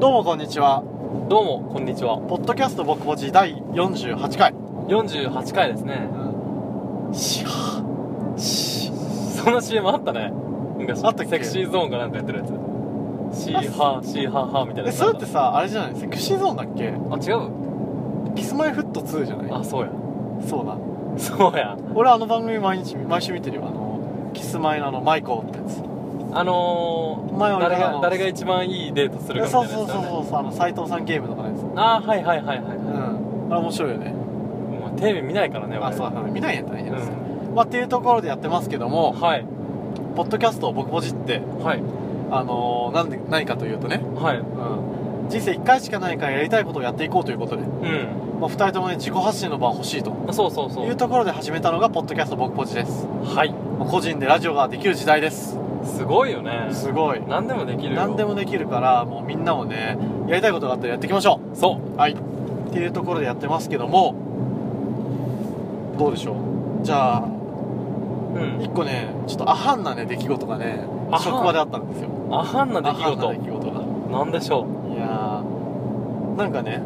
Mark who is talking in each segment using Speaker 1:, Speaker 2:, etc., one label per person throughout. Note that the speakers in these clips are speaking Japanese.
Speaker 1: どうもこんにちは
Speaker 2: どうもこんにちは
Speaker 1: ポッドキャストぼくぼち第48回
Speaker 2: 48回ですね
Speaker 1: しゃし
Speaker 2: そんな CM あったね昔
Speaker 1: あったっけ
Speaker 2: セクシーゾーンがなんかやってるやつシーハーシーハーハーみたいな
Speaker 1: え
Speaker 2: やつ
Speaker 1: それってさあれじゃないセクシーゾーンだっけ
Speaker 2: あ違う
Speaker 1: キスマイフット2じゃない
Speaker 2: あそうや
Speaker 1: そうだ
Speaker 2: そうや
Speaker 1: 俺あの番組毎日毎週見てるよあのキスマイのあのマイコーってやつ
Speaker 2: あの
Speaker 1: 前
Speaker 2: ー、
Speaker 1: 俺
Speaker 2: 誰
Speaker 1: あ
Speaker 2: が
Speaker 1: の
Speaker 2: 誰が一番いいデートするかみた
Speaker 1: そう
Speaker 2: いなやつ
Speaker 1: そうそう
Speaker 2: だよね
Speaker 1: そうそうあの斎藤さんゲームとかのやつ
Speaker 2: あーはいはいはいはい、
Speaker 1: うん
Speaker 2: は
Speaker 1: あれ面白いよね
Speaker 2: いもうテレビ見ないからね俺
Speaker 1: あそうだ見ないやったらいいんじ
Speaker 2: う
Speaker 1: ゃないですか、
Speaker 2: ん
Speaker 1: まあっていうところでやってますけども
Speaker 2: はい
Speaker 1: ポッドキャストぼくぼちって
Speaker 2: はい
Speaker 1: あのー、なんで何かというとね、
Speaker 2: はい
Speaker 1: うん、人生1回しかないからやりたいことをやっていこうということで
Speaker 2: うん
Speaker 1: まあ、2人ともね自己発信の場が欲しいと
Speaker 2: そうそうそ
Speaker 1: いう
Speaker 2: う
Speaker 1: ところで始めたのがポッドキャスト僕ポジです、
Speaker 2: はい
Speaker 1: まあ個人でラジオができる時代です
Speaker 2: すごいよね
Speaker 1: すごい
Speaker 2: 何でもできるよ
Speaker 1: 何でもできるからもうみんなもねやりたいことがあったらやっていきましょ
Speaker 2: そう
Speaker 1: はいっていうところでやってますけどもどうでしょうじゃあ
Speaker 2: ううん
Speaker 1: 1個ねちょっとアハンなね出来事がね
Speaker 2: アハン
Speaker 1: 職場であったんですよ
Speaker 2: アハンな出来
Speaker 1: アハンな出
Speaker 2: 事
Speaker 1: 来事が
Speaker 2: なんでしょ
Speaker 1: いやーなんかね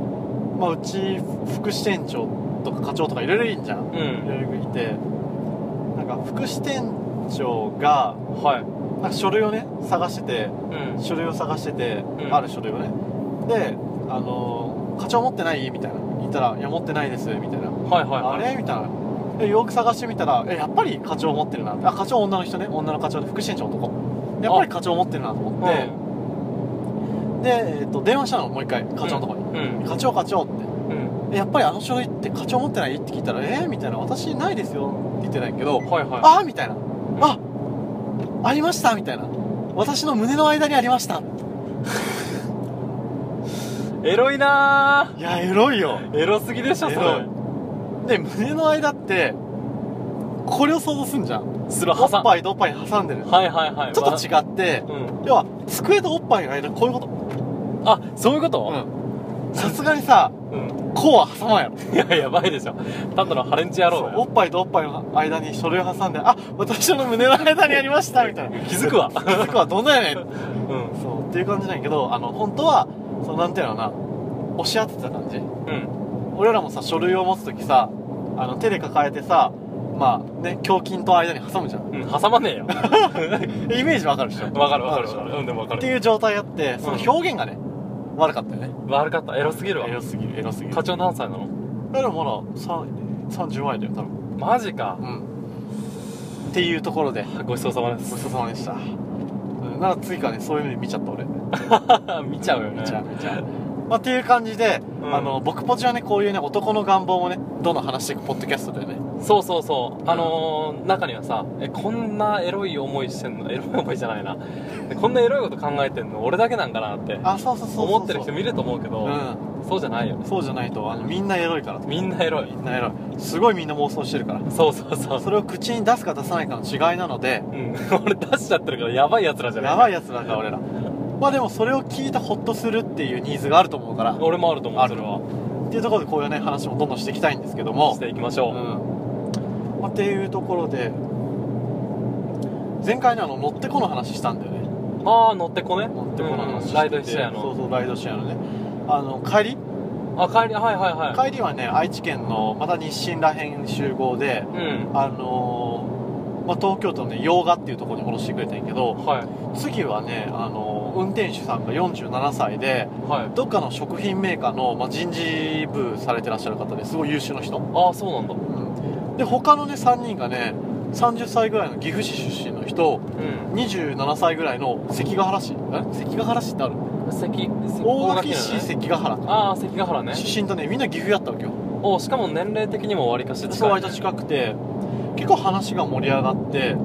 Speaker 1: まあうち副支店長とか課長とかいろいろいるんじゃん
Speaker 2: ううん
Speaker 1: いろいろいてなんか副支店長が
Speaker 2: はい
Speaker 1: なんか書類をね探してて
Speaker 2: うん
Speaker 1: 書類を探してて、
Speaker 2: うん
Speaker 1: ある書類をねで「あのー課長持ってない?」みたいな言ったら「いや持ってないです」みたいな「
Speaker 2: はいはいはい
Speaker 1: あれ?」みたいなでよく探してみたらえやっぱり課長持ってるなあ課長女の人ね女の課長で副支店長男やっぱり課長持ってるなと思って、で、えっと電話したのもう一回課長のとこに
Speaker 2: う
Speaker 1: 「
Speaker 2: ん
Speaker 1: 課長課長」って
Speaker 2: うん
Speaker 1: え「やっぱりあの書類って課長持ってない?」って聞いたら「えー?」みたいな「私ないですよ」って言ってないけど
Speaker 2: はいはい
Speaker 1: あみたいなあありましたみたいな私の胸の間にありました
Speaker 2: エロいない
Speaker 1: やエロいよ
Speaker 2: ーエロすぎでしょ
Speaker 1: エ
Speaker 2: そ
Speaker 1: ロ
Speaker 2: れ
Speaker 1: いで胸の間ってこれを想像すんじゃん
Speaker 2: する
Speaker 1: お
Speaker 2: はさ
Speaker 1: っぱいとおっぱい挟んでるち
Speaker 2: はいはいはい
Speaker 1: ょっと違って
Speaker 2: う、うん、
Speaker 1: 要は机とおっぱいの間こういうこ
Speaker 2: あそういうことと、
Speaker 1: さすがにさ
Speaker 2: うん
Speaker 1: こうは挟まんやろ
Speaker 2: いややばいでしょただのハレンチ野郎だ
Speaker 1: そうお
Speaker 2: よ
Speaker 1: っぱいとおっぱいの間に書類を挟んであ私の胸の間にありましたみた いな
Speaker 2: 気づくわ
Speaker 1: 気づくはどんなんやねん
Speaker 2: うん
Speaker 1: そうっていう感じなんやけどあの本当はそのなんていうのかな押し当ててた感じ
Speaker 2: うん
Speaker 1: 俺らもさ書類を持つ時さあの手で抱えてさまあね胸筋と間に挟むじゃん
Speaker 2: うん挟まねえよ
Speaker 1: イメージわかるでしょ
Speaker 2: わかるわかる
Speaker 1: わか
Speaker 2: わか
Speaker 1: る
Speaker 2: るうんでもわか
Speaker 1: って
Speaker 2: る
Speaker 1: いう状態やってその表現がね、悪かったよね
Speaker 2: 悪かったエロすぎるわ
Speaker 1: エロすぎるエロすぎる
Speaker 2: 課長何歳なの
Speaker 1: でもまださ30前だよ多分
Speaker 2: マジか
Speaker 1: うんっていうところで
Speaker 2: ごちそうさまで
Speaker 1: ごち
Speaker 2: す
Speaker 1: そうさまでしたうんなんか次からねそういう目で見ちゃった俺
Speaker 2: 見ちゃうよね
Speaker 1: 見ちゃう見ちゃうまあ、っていう感じで、
Speaker 2: うん
Speaker 1: あの僕ポチはねこういうね男の願望もねどんどん話していくポッドキャストだよね
Speaker 2: そうそうそうあのー、中にはさえこんなエロい思いしてんのエロい 思いじゃないなでこんなエロいこと考えてんの俺だけなんかなって
Speaker 1: あそうそうそうそうそう
Speaker 2: 思ってる人見ると思うけど
Speaker 1: う
Speaker 2: そうじゃないよね
Speaker 1: んそうじゃないとあのみんなエロいから
Speaker 2: みんなエロい
Speaker 1: みんなエロいすごいみんな妄想してるから
Speaker 2: そうそうそう
Speaker 1: それを口に出すか出さないかの違いなので
Speaker 2: うん 俺出しちゃってるからやばいやつらじゃない
Speaker 1: やばいやつらだ俺らまあでもそれを聞いてホッとするっていうニーズがあると思うからっ
Speaker 2: 俺もあると思
Speaker 1: あ
Speaker 2: う
Speaker 1: る
Speaker 2: それは
Speaker 1: ていうところでこういうね話もどんどんしていきたいんですけども
Speaker 2: し、ていきまし
Speaker 1: うん
Speaker 2: ょ
Speaker 1: まあ、っていうところで前回ねあの乗ってこの話したんだよね
Speaker 2: う、ああ乗ってこね
Speaker 1: 乗ってこの話してて、
Speaker 2: うんライドシェアの
Speaker 1: そうそうライドシェアのねあの帰り
Speaker 2: あ帰りはいはいは
Speaker 1: 帰りはね愛知県のまた日清らへん集合で
Speaker 2: いうん
Speaker 1: あのーまあ、東京都のね洋画っていうところに降ろしてくれたんやけど
Speaker 2: はい
Speaker 1: 次はね、あのー運転手さんが47歳で
Speaker 2: はい
Speaker 1: どっかの食品メーカーの、まあ、人事部されてらっしゃる方ですごい優秀な人、
Speaker 2: ああそうなんだ
Speaker 1: で他のね3人がね30歳ぐらいの岐阜市出身の人
Speaker 2: うん
Speaker 1: 27歳ぐらいの関ヶ原市あれ関ヶ原市ってある
Speaker 2: 関
Speaker 1: 大
Speaker 2: 垣
Speaker 1: 垣市
Speaker 2: ね
Speaker 1: 関ヶ原か
Speaker 2: ああ関ヶ原ね
Speaker 1: 出身とねみんな岐阜やったわけよ
Speaker 2: おしかも年齢的にもわりかし近い、ね、
Speaker 1: そう割と近くて結構話が盛り上がって
Speaker 2: う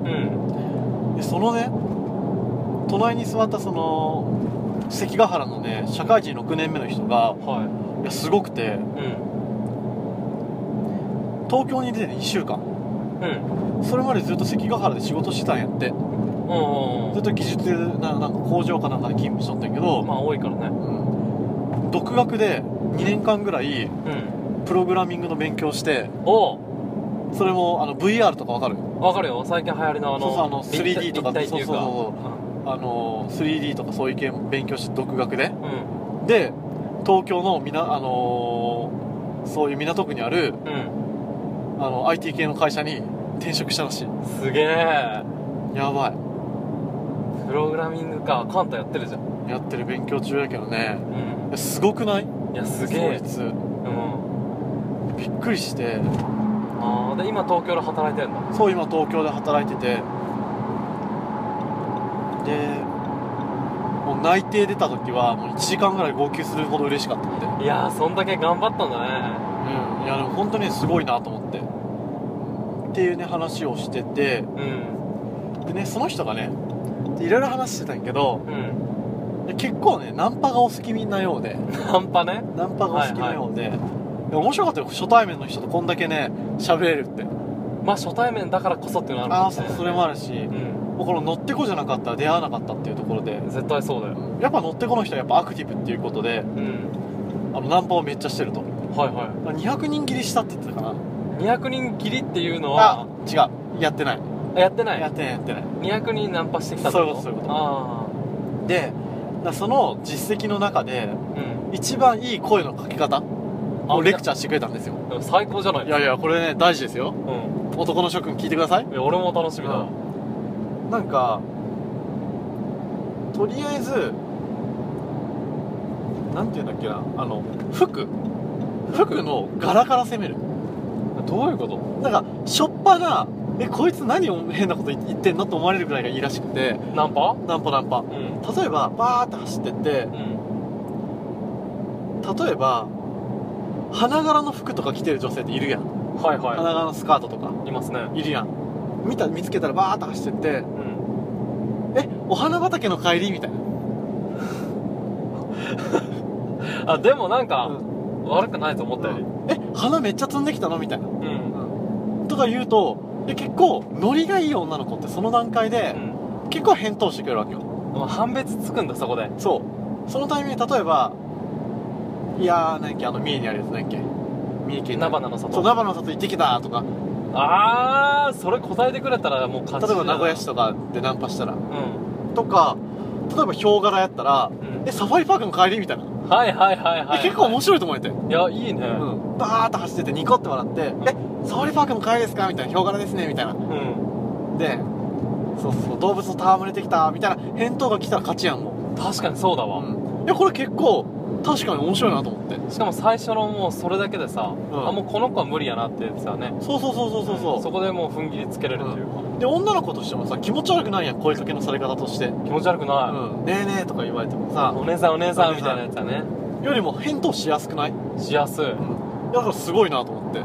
Speaker 2: ん
Speaker 1: でそのね隣に座ったその関ヶ原のね社会人6年目の人が
Speaker 2: はい
Speaker 1: やすごくて
Speaker 2: いうん
Speaker 1: 東京に出て2週間
Speaker 2: うん
Speaker 1: それまでずっと関ヶ原で仕事してたんやって
Speaker 2: うんうん
Speaker 1: ずっと技術ななんか工場かなんかで勤務しとったんやけど、
Speaker 2: まあ多いからね
Speaker 1: うん独学で2年間ぐらい
Speaker 2: うん
Speaker 1: プログラミングの勉強して
Speaker 2: お
Speaker 1: それもあの VR とかわかる
Speaker 2: おわかるよ最近流行りのあ
Speaker 1: そうそうあ
Speaker 2: の
Speaker 1: の 3D とか
Speaker 2: 立体っていうか
Speaker 1: そうそうそうあの 3D とかそういう系も勉強して独学で
Speaker 2: うん
Speaker 1: で東京のみな、あのーそういう港区にある
Speaker 2: うん
Speaker 1: あの IT 系の会社に転職したらしい
Speaker 2: すげえ
Speaker 1: やばい
Speaker 2: プログラミングかカンタやってるじゃん
Speaker 1: やってる勉強中やけどね
Speaker 2: うん
Speaker 1: えすごくない
Speaker 2: いやすげえ
Speaker 1: そい
Speaker 2: うん
Speaker 1: つびっくりして
Speaker 2: ああで今東京で働いてんだ
Speaker 1: そう今東京で働いててでもう内定出た時はもう1時間ぐらい号泣するほど嬉しかったって
Speaker 2: いやーそんだけ頑張ったんだ
Speaker 1: うんいやでも本当にすごいなと思ってっていうね話をしてて
Speaker 2: ねうん
Speaker 1: でねその人がねでいろいろ話してたんやけど
Speaker 2: うん
Speaker 1: で結構ねナンパがお好きなようで
Speaker 2: 半端ね
Speaker 1: ナンパがお好きなようで,、で面白かったよ初対面の人とこんだけね喋れるって
Speaker 2: まあ初対面だからこそっていうの
Speaker 1: あ
Speaker 2: は
Speaker 1: あ
Speaker 2: ある
Speaker 1: そ
Speaker 2: もんね
Speaker 1: それもあるし
Speaker 2: う
Speaker 1: もうこの乗ってこじゃなかったら出会わなかったっていうところで
Speaker 2: ん絶対そうだよ
Speaker 1: やっぱ乗ってこの人はやっぱアクティブっていうことで
Speaker 2: うん
Speaker 1: あのナンパをめっちゃしてると
Speaker 2: はいは
Speaker 1: 200人切りしたって言ってたかない
Speaker 2: 200人切りっていうの
Speaker 1: あ
Speaker 2: は
Speaker 1: 違うやってない
Speaker 2: あやってな
Speaker 1: やっ
Speaker 2: い
Speaker 1: てないやってない
Speaker 2: 200人ナンパしてきたってこと
Speaker 1: そういうことそういうこと
Speaker 2: あ
Speaker 1: でだその実績の中で
Speaker 2: あうん
Speaker 1: 一番いい声のかけ方
Speaker 2: あ
Speaker 1: をレクチャーしてくれたんですよ
Speaker 2: でも最高じゃない
Speaker 1: いやいやこれね大事ですよ
Speaker 2: うん
Speaker 1: 男の諸君聞いてください
Speaker 2: いや俺も楽しみだわ
Speaker 1: なんかとりあえずなんていうんだっけなあの服服の柄から攻める
Speaker 2: どういうこと
Speaker 1: なんかしょっぱなえこいつ何を変なこと言ってんのと思われるぐらいがいいらしくて
Speaker 2: ナンパ
Speaker 1: ナンパナンパ
Speaker 2: うん
Speaker 1: 例えばバーって走ってって
Speaker 2: うん
Speaker 1: 例えば花柄の服とか着てる女性っているやん
Speaker 2: はいは
Speaker 1: 花柄のスカートとか
Speaker 2: いいますね
Speaker 1: いるやん見た見つけたらバーッと走ってって
Speaker 2: うん
Speaker 1: えお花畑の帰りみたいな
Speaker 2: あでもなん
Speaker 1: う
Speaker 2: か
Speaker 1: ん
Speaker 2: 悪くないと思ったより
Speaker 1: え花めっちゃ摘んできたのみたいな
Speaker 2: うん
Speaker 1: とか言うとで結構ノリがいい女の子ってその段階で
Speaker 2: う
Speaker 1: 結構返答してくれるわけよ
Speaker 2: んまあ判別つくんだそこで
Speaker 1: そうそのタイミングで例えばいやー何やっけあの三重にあるやつ何やっけ三重県
Speaker 2: 菜花の里
Speaker 1: そう菜花の里行ってきたとか
Speaker 2: ああそれ答えてくれたらもう
Speaker 1: 例
Speaker 2: 勝ち
Speaker 1: えば名古屋市
Speaker 2: と
Speaker 1: とかでナンパしたら
Speaker 2: うん
Speaker 1: とか例えばヒョウ柄やったら
Speaker 2: うん
Speaker 1: えサファリパークの帰りみたいな、
Speaker 2: はいはいはいはい
Speaker 1: え結構面白いと思えて、うん、
Speaker 2: いやいいね
Speaker 1: バーッと走っててニコって笑って「えサファリパークの帰りですか?」みたいな「ヒョウ柄ですね」みたいな
Speaker 2: うん
Speaker 1: でそうそう動物と戯れてきたみたいな返答が来たら勝ちやんも
Speaker 2: 確かにそうだ
Speaker 1: う、
Speaker 2: わ
Speaker 1: うん、いやこれ結構確かに面白いなと思って
Speaker 2: しかも最初のもうそれだけでさあ
Speaker 1: ん
Speaker 2: もうこの子は無理やなってさね
Speaker 1: そうそうそうそうそうそう
Speaker 2: そこでもう踏ん切りつけれるっていうか
Speaker 1: で女の子としてもさ気持ち悪くないやん声かけのされ方として「
Speaker 2: 気持ち悪く
Speaker 1: う、
Speaker 2: なん
Speaker 1: ねえねえ」とか言われても
Speaker 2: い
Speaker 1: さ
Speaker 2: お姉さんお姉さんみたいなやつだね
Speaker 1: よりも返答しやすくない、
Speaker 2: しやすい
Speaker 1: うん、だからすごいなと思って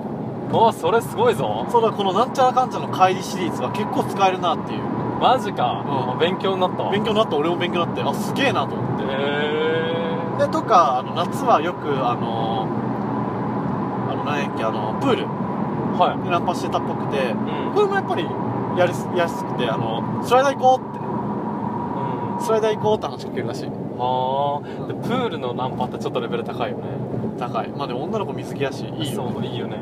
Speaker 2: おそれすごいぞ
Speaker 1: そうだこのなんちゃらかんちゃらの帰りシリーズは結構使えるなっていう
Speaker 2: マジか
Speaker 1: うん
Speaker 2: 勉強になったわ
Speaker 1: 勉強になって俺も勉強になってあすげえなと思ってで
Speaker 2: へ
Speaker 1: とかあの夏はよくあのあの何やっけあのプール
Speaker 2: えは
Speaker 1: でナンパしてたっぽくて
Speaker 2: いうん
Speaker 1: これもやっぱりやりすやりやすくてあのスライダー行こうっ
Speaker 2: うん
Speaker 1: てスライダー行こうって話しかけるらしい
Speaker 2: あーでプールのナンパってちょっとレベル高いよね
Speaker 1: 高いまあでも女の子水着やしいいよ
Speaker 2: そういいよね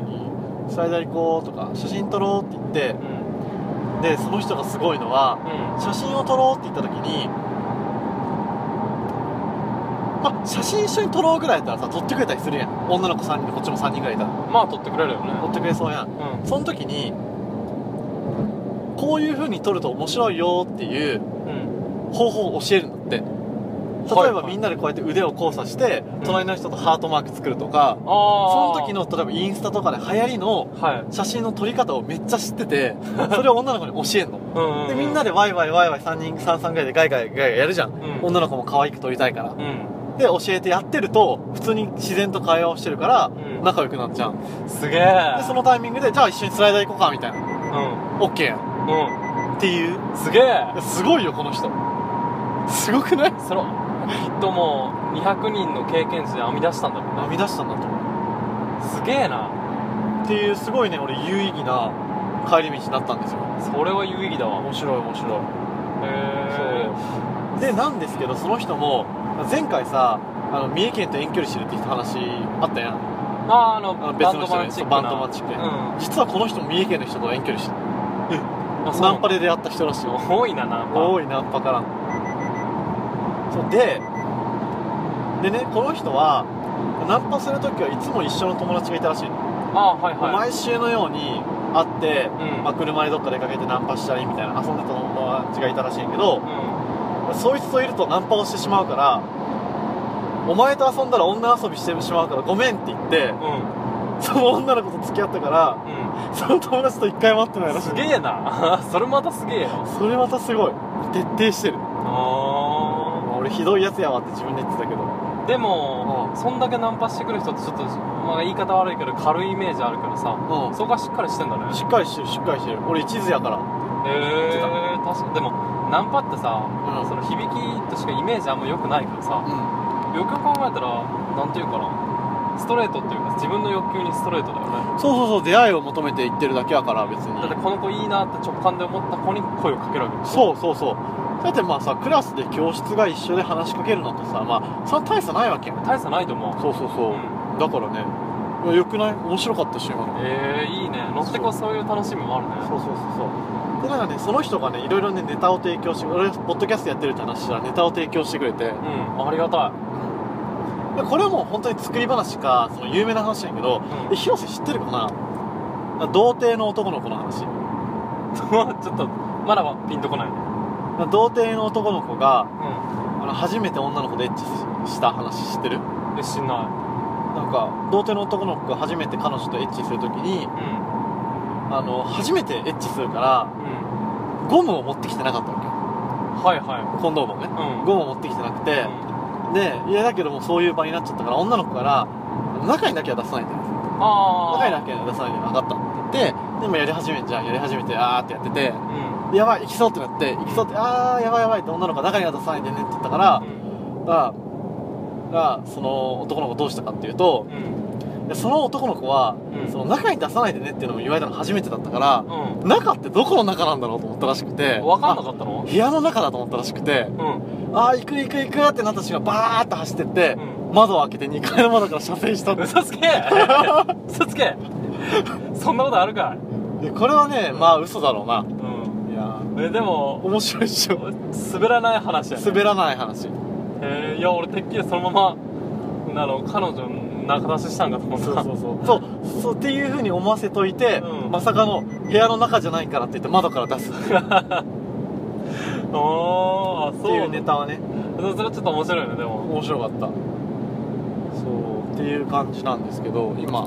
Speaker 1: スライダー行こうとか写真撮ろうって
Speaker 2: うんうん
Speaker 1: 言ってでその人がすごいのは写真を撮ろうって言った時にまあ写真一緒に撮ろうぐらいだったらさ撮ってくれたりするやん女の子3人でこっちも3人ぐらいいたら
Speaker 2: まあ取ってくれるよね
Speaker 1: 撮ってくれそうやん
Speaker 2: うんうん
Speaker 1: その時にこういう風に撮ると面白いよっていう方法を教えるんだって例
Speaker 2: は
Speaker 1: え
Speaker 2: いは
Speaker 1: ば
Speaker 2: い
Speaker 1: みんなでこうやって腕を交差して隣の人とハートマーク作るとか
Speaker 2: ああ
Speaker 1: その時の例えばインスタとかで流行りの
Speaker 2: はい
Speaker 1: 写真の撮り方をめっちゃ知っててそれを女の子に教えんの
Speaker 2: うんうん
Speaker 1: でみんなでワイワイワイワイ3人3 3ぐらいでガイガイガイガイやるじゃん
Speaker 2: うん
Speaker 1: 女の子も可愛く撮りたいから
Speaker 2: うん
Speaker 1: で教えてやってると普通に自然と会話をしてるから
Speaker 2: うん
Speaker 1: 仲良くなっちゃう
Speaker 2: すげえ
Speaker 1: でそのタイミングでじゃあ一緒にスライダー行こうかみたいな
Speaker 2: う
Speaker 1: OK やん
Speaker 2: んうん
Speaker 1: っていう
Speaker 2: すげえ
Speaker 1: すごいよこの人すごくない
Speaker 2: それきっともう200人の経験値で編み出したんだろう
Speaker 1: 編み出したんだと思
Speaker 2: すげえな
Speaker 1: うっていうすごいね俺有意義な帰り道になったんですよ
Speaker 2: それは有意義だわへ
Speaker 1: 面白い面白い
Speaker 2: え
Speaker 1: でなんですけどその人も前回さあの三重県と遠距離してるって話あったやん
Speaker 2: あーあの
Speaker 1: あの
Speaker 2: バ
Speaker 1: 別
Speaker 2: ン
Speaker 1: の
Speaker 2: ド
Speaker 1: 人
Speaker 2: マ
Speaker 1: ね
Speaker 2: ンチック
Speaker 1: バ
Speaker 2: な
Speaker 1: ンドマンチックね
Speaker 2: うん
Speaker 1: 実はこの人も三重県の人と遠距離してる
Speaker 2: あそう
Speaker 1: ナ
Speaker 2: な
Speaker 1: ン
Speaker 2: ん
Speaker 1: パ
Speaker 2: だ
Speaker 1: で出会った人らしいよ
Speaker 2: 多いなナンパ
Speaker 1: 多いナンパからそうででねこの人はナンパする時はいつも一緒の友達がいたらしいの、
Speaker 2: あはいはい
Speaker 1: 毎週のように会って、
Speaker 2: うん
Speaker 1: まあ、車でどっか出かけてナンパしたりみたいな遊んでた友達がいたらしいんやけど
Speaker 2: うん
Speaker 1: そいつといるとナンパをしてしまうからお前と遊んだら女遊びしてしまうからごめんって言って
Speaker 2: うん
Speaker 1: その女の子と付き合ったからその友達と一回も会ってない
Speaker 2: うん
Speaker 1: らしい
Speaker 2: すげえな それまたすげえよ
Speaker 1: それまたすごい徹底してる
Speaker 2: あ
Speaker 1: 俺ひどいやつやわって自分で言ってたけど
Speaker 2: ーでも
Speaker 1: う
Speaker 2: そんだけナンパしてくる人ってちょっと、まあ、言い方悪いけど軽いイメージあるからさ
Speaker 1: うん
Speaker 2: そこはしっかりしてんだね
Speaker 1: しっかりしてるしっかりしてる俺一途やから
Speaker 2: へ
Speaker 1: てた
Speaker 2: え確かでもナンパってさ、
Speaker 1: うん
Speaker 2: その響きとしかイメージあんま良くないからさ
Speaker 1: うん
Speaker 2: よくよく考えたらなんていうかなストレートっていうか自分の欲求にストレートだよね
Speaker 1: そうそうそう出会いを求めて行ってるだけやから別
Speaker 2: だって
Speaker 1: に
Speaker 2: この子いいなって直感で思った子に声をかけるわけでしょ
Speaker 1: そうそうそうだってまあさクラスで教室が一緒で話しかけるのとさまあそんな大差ないわけやん
Speaker 2: 大差ないと思う
Speaker 1: そうそうそう、
Speaker 2: う
Speaker 1: だからねいやよくない面白かったし今の
Speaker 2: ええいいね乗ってこうそういう楽しみもあるね
Speaker 1: そうそうそうそうでなんかねその人がねいろいろねネタを提供して俺ポッドキャストやってるって話したらネタを提供してくれて
Speaker 2: うんありがたい
Speaker 1: でこれはもう本当に作り話かその有名な話やけど
Speaker 2: うん
Speaker 1: え広瀬知ってるかなあ童貞の男の子の話
Speaker 2: ちょっとまだはピンとこないね
Speaker 1: まあ童貞の男の子が
Speaker 2: う
Speaker 1: あの初めて女の子でエッチしした話知ってる
Speaker 2: んえしんな
Speaker 1: なんか童貞の男の子が初めて彼女とエッチするときに
Speaker 2: いうん
Speaker 1: あの初めてエッチするから
Speaker 2: うん
Speaker 1: ゴムを持ってきてなかったわけよ
Speaker 2: はいは
Speaker 1: コンドームをね
Speaker 2: いうん
Speaker 1: ゴムを持ってきてなくてでいやだけどもうそういう場になっちゃったから女の子から中にだけは出さないで
Speaker 2: ああ
Speaker 1: 中にだけは出さないで分かったって言ってでもやり始めじゃあやり始めてあーってやってて
Speaker 2: うん
Speaker 1: やばい行きそうってなって行きそうってあーやばいやばいって女の子が中には出さないでねって言ったからががその男の子どうしたかっていうと
Speaker 2: うん
Speaker 1: いやその男の子は、
Speaker 2: うん
Speaker 1: その中に出さないでねっていうのも言われたの初めてだったから
Speaker 2: うん
Speaker 1: 中ってどこの中なんだろうと思ったらしくて
Speaker 2: 分かんなか
Speaker 1: っ
Speaker 2: ったの
Speaker 1: 部屋の中だと思ったらしくて
Speaker 2: うん
Speaker 1: あー行く行く行くってなった瞬間バーッと走ってって、
Speaker 2: う
Speaker 1: 窓を開けて2階の窓から射精したって
Speaker 2: 嘘つけ 嘘つけそんなことあるかい
Speaker 1: でこれはねまあ嘘だろうな
Speaker 2: う
Speaker 1: いや
Speaker 2: んえで
Speaker 1: ー
Speaker 2: も
Speaker 1: 面白いっしょ
Speaker 2: 滑らない話やね
Speaker 1: 滑らない話
Speaker 2: えーいや俺てっきりそのままあの彼女仲出ししたんかと思った
Speaker 1: うそうそうそうっていうふうに思わせといて、
Speaker 2: うん
Speaker 1: まさかの部屋の中じゃないからって言って窓から出すって
Speaker 2: ああそう
Speaker 1: いうネタはね
Speaker 2: そそれちょっと面白いねでも
Speaker 1: 面白かったそうっていう感じなんですけど今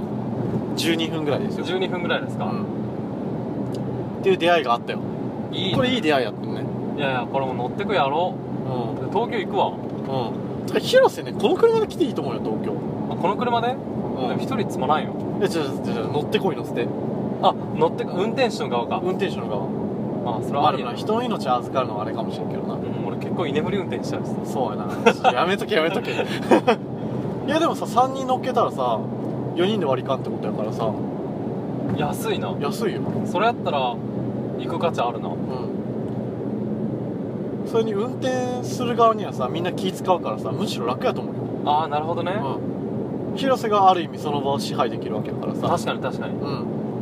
Speaker 1: 12分ぐらいですよ、
Speaker 2: 12分ぐらいです
Speaker 1: う
Speaker 2: か、
Speaker 1: ん、っていう出会いがあったよ
Speaker 2: いい
Speaker 1: これいい出会いやったね
Speaker 2: いやいやこれも乗ってくやろ
Speaker 1: うん
Speaker 2: う東京行くわ
Speaker 1: うんてか広瀬ねこの車で来ていいと思うよ東京
Speaker 2: あこの車ででも一人積まないよ
Speaker 1: えちょちょちょちょ乗ってこい乗せて
Speaker 2: あ乗ってく運転手の側か
Speaker 1: 運転手の側
Speaker 2: あそれ
Speaker 1: ま
Speaker 2: は
Speaker 1: あ
Speaker 2: あ
Speaker 1: で
Speaker 2: り
Speaker 1: もな
Speaker 2: やな
Speaker 1: 人の命預かるのはあれかもしれんけどな
Speaker 2: うん俺結構居眠り運転しちゃうし
Speaker 1: そうやなちょやめとけやめとけいやでもさ3人乗っけたらさ4人で割り勘ってことやからさ
Speaker 2: 安いな
Speaker 1: 安いよ
Speaker 2: それやったら行く価値あるな
Speaker 1: うんそれに運転する側にはさみんな気使うからさむしろ楽やと思うよ
Speaker 2: ああなるほどね、
Speaker 1: うん広瀬がある意味その場を支配できるわけやからさ
Speaker 2: 確かに確かに
Speaker 1: うん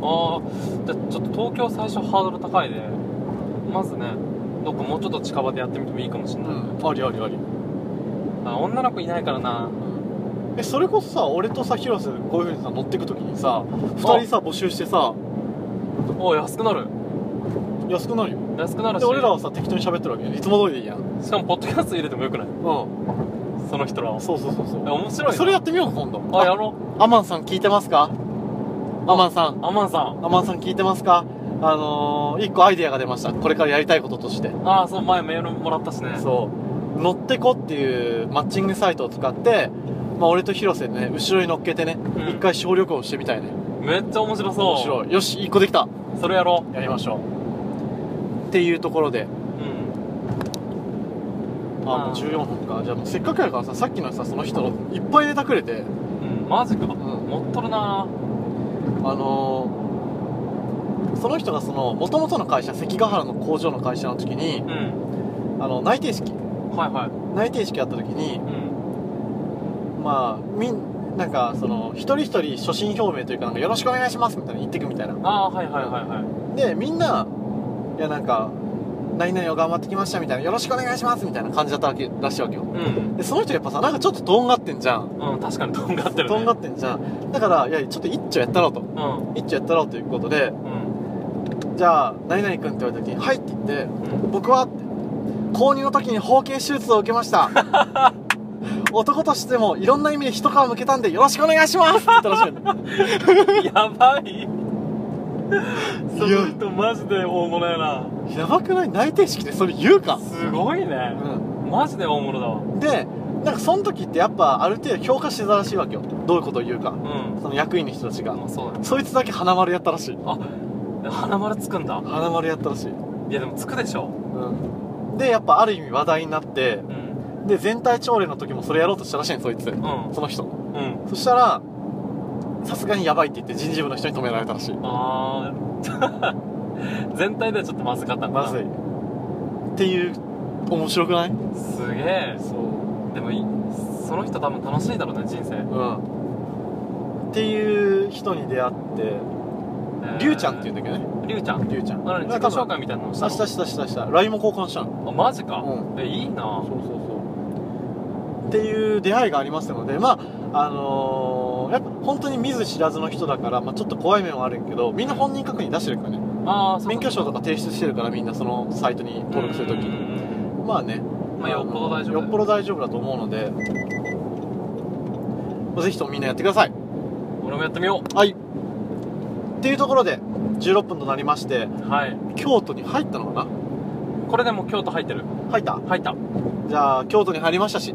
Speaker 2: ああじゃあちょっと東京最初ハードル高いでまずねどこもうちょっと近場でやってみてもいいかもしん
Speaker 1: う
Speaker 2: ない、
Speaker 1: んありありあり
Speaker 2: あ女の子いないからな
Speaker 1: えそれこそさ俺とさ広瀬こういうふうにさ乗ってく時にさ2人さ募集してさ
Speaker 2: おう安くなる
Speaker 1: 安くなるよ
Speaker 2: 安くなるし
Speaker 1: で俺らはさ適当に喋ってるわけやんいつも通りでいいやんうん
Speaker 2: しかもポッドキャスト入れてもよくないその人らを
Speaker 1: そうそうそうそう
Speaker 2: え面白いな
Speaker 1: それやってみよう今度
Speaker 2: あやろ
Speaker 1: アマンさん聞いてますかアマンさん
Speaker 2: うアマンさん
Speaker 1: アマンさん聞いてますかあのー、一個アイデアが出ましたこれからやりたいこととして
Speaker 2: ああそう前メールもらったしね
Speaker 1: そう乗ってこっていうマッチングサイトを使ってまあ俺と広瀬ね後ろに乗っけてね
Speaker 2: ん
Speaker 1: 一、回小旅行してみたいね
Speaker 2: めっちゃ面白そう
Speaker 1: 面白いよし一個できた
Speaker 2: それやろ
Speaker 1: やりましょうっていうところで
Speaker 2: ううん
Speaker 1: あもう14分かじゃあもうせっかくやからささっきのさその人のいっぱいネタくれて
Speaker 2: うんマジか、持っとる
Speaker 1: あ
Speaker 2: な
Speaker 1: のー、その人がその元々の会社関ヶ原の工場の会社の時に
Speaker 2: うん
Speaker 1: あの内定式
Speaker 2: はいはい
Speaker 1: 内定式あった時に
Speaker 2: うん
Speaker 1: まあみんなんかその一人一人所信表明というかなんかよろしくお願いしますみたいな言ってくみたいな
Speaker 2: ああはいはいはいはい
Speaker 1: でみんないやなんか何々を頑張ってきましたみたいな、よろしくお願いしますみたいな感じだったわけらしいわけよ。
Speaker 2: うん
Speaker 1: で、その人やっぱさ、なんかちょっととんがってんじゃん。
Speaker 2: うん確かにとんがってるね
Speaker 1: とんがってんじゃん。だから、いや、ちょっと一丁やったろうと。
Speaker 2: うん
Speaker 1: 一丁やったろうということで、
Speaker 2: うん
Speaker 1: じゃあ、何々君って言われた時に、はいって言って、
Speaker 2: うん
Speaker 1: 僕は購入の時に包茎手術を受けました 男としてもいろんな意味で一皮むけたんでよろしくお願いしますって言ったらしいの
Speaker 2: やばいその人マジで大物やな
Speaker 1: やばくない内定式でそれ言うか、
Speaker 2: すごいねマジで大物だわ
Speaker 1: でなんかその時ってやっぱある程度評価してたらしいわけよどういうことを言うか
Speaker 2: うん
Speaker 1: その役員の人たちが
Speaker 2: まあそうだね
Speaker 1: そいつだけ花丸やったらしい
Speaker 2: あ花丸つくんだ
Speaker 1: 花丸やったらしい、
Speaker 2: いやでもつくでしょ
Speaker 1: うん、でやっぱある意味話題になって
Speaker 2: うん
Speaker 1: で全体朝礼の時もそれやろうとしたらしいのそいつ
Speaker 2: うん
Speaker 1: その人
Speaker 2: うん
Speaker 1: そしたらさすがにやばいって言って人事部の人に止められたらしい
Speaker 2: あー 全体ではちょっとまずかったんかな
Speaker 1: まずいっていう面白くない
Speaker 2: すげえ
Speaker 1: そ
Speaker 2: でもいその人多分楽しいだろうね人生
Speaker 1: ううんっていう人に出会ってりゅうちゃんっていうん
Speaker 2: う
Speaker 1: だけどね
Speaker 2: りゅうちゃん
Speaker 1: りゅうちゃん
Speaker 2: あのね自己紹介みたいなのした
Speaker 1: 明
Speaker 2: の
Speaker 1: 日したしたしたした LINE も交換したの
Speaker 2: あマジか、
Speaker 1: う
Speaker 2: えいいな
Speaker 1: そうそうそうっていう出会いがありましたのでまああのー、やっぱ本当に見ず知らずの人だから、まあ、ちょっと怖い面はあるけどみんな本人確認出してるからね
Speaker 2: ああそう
Speaker 1: 免許証とか提出してるからみんなそのサイトに登録するときまあね
Speaker 2: まあよっぽど大丈夫だよ
Speaker 1: よっぽど大丈夫だと思うのでまあぜひともみんなやってください
Speaker 2: 俺もやってみよ
Speaker 1: はいっていうところで16分となりまして
Speaker 2: うはい
Speaker 1: 京都に入ったのか
Speaker 2: これでもう京都入ってる
Speaker 1: な入った
Speaker 2: 入った
Speaker 1: じゃあ京都に入りましたし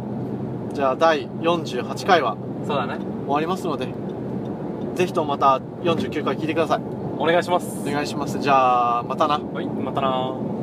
Speaker 1: じゃあ第48回は
Speaker 2: そうだね
Speaker 1: 終わりますのでぜひともまた49回聞いてください
Speaker 2: お願いします
Speaker 1: お願いしますじゃあまたな
Speaker 2: はいまたなー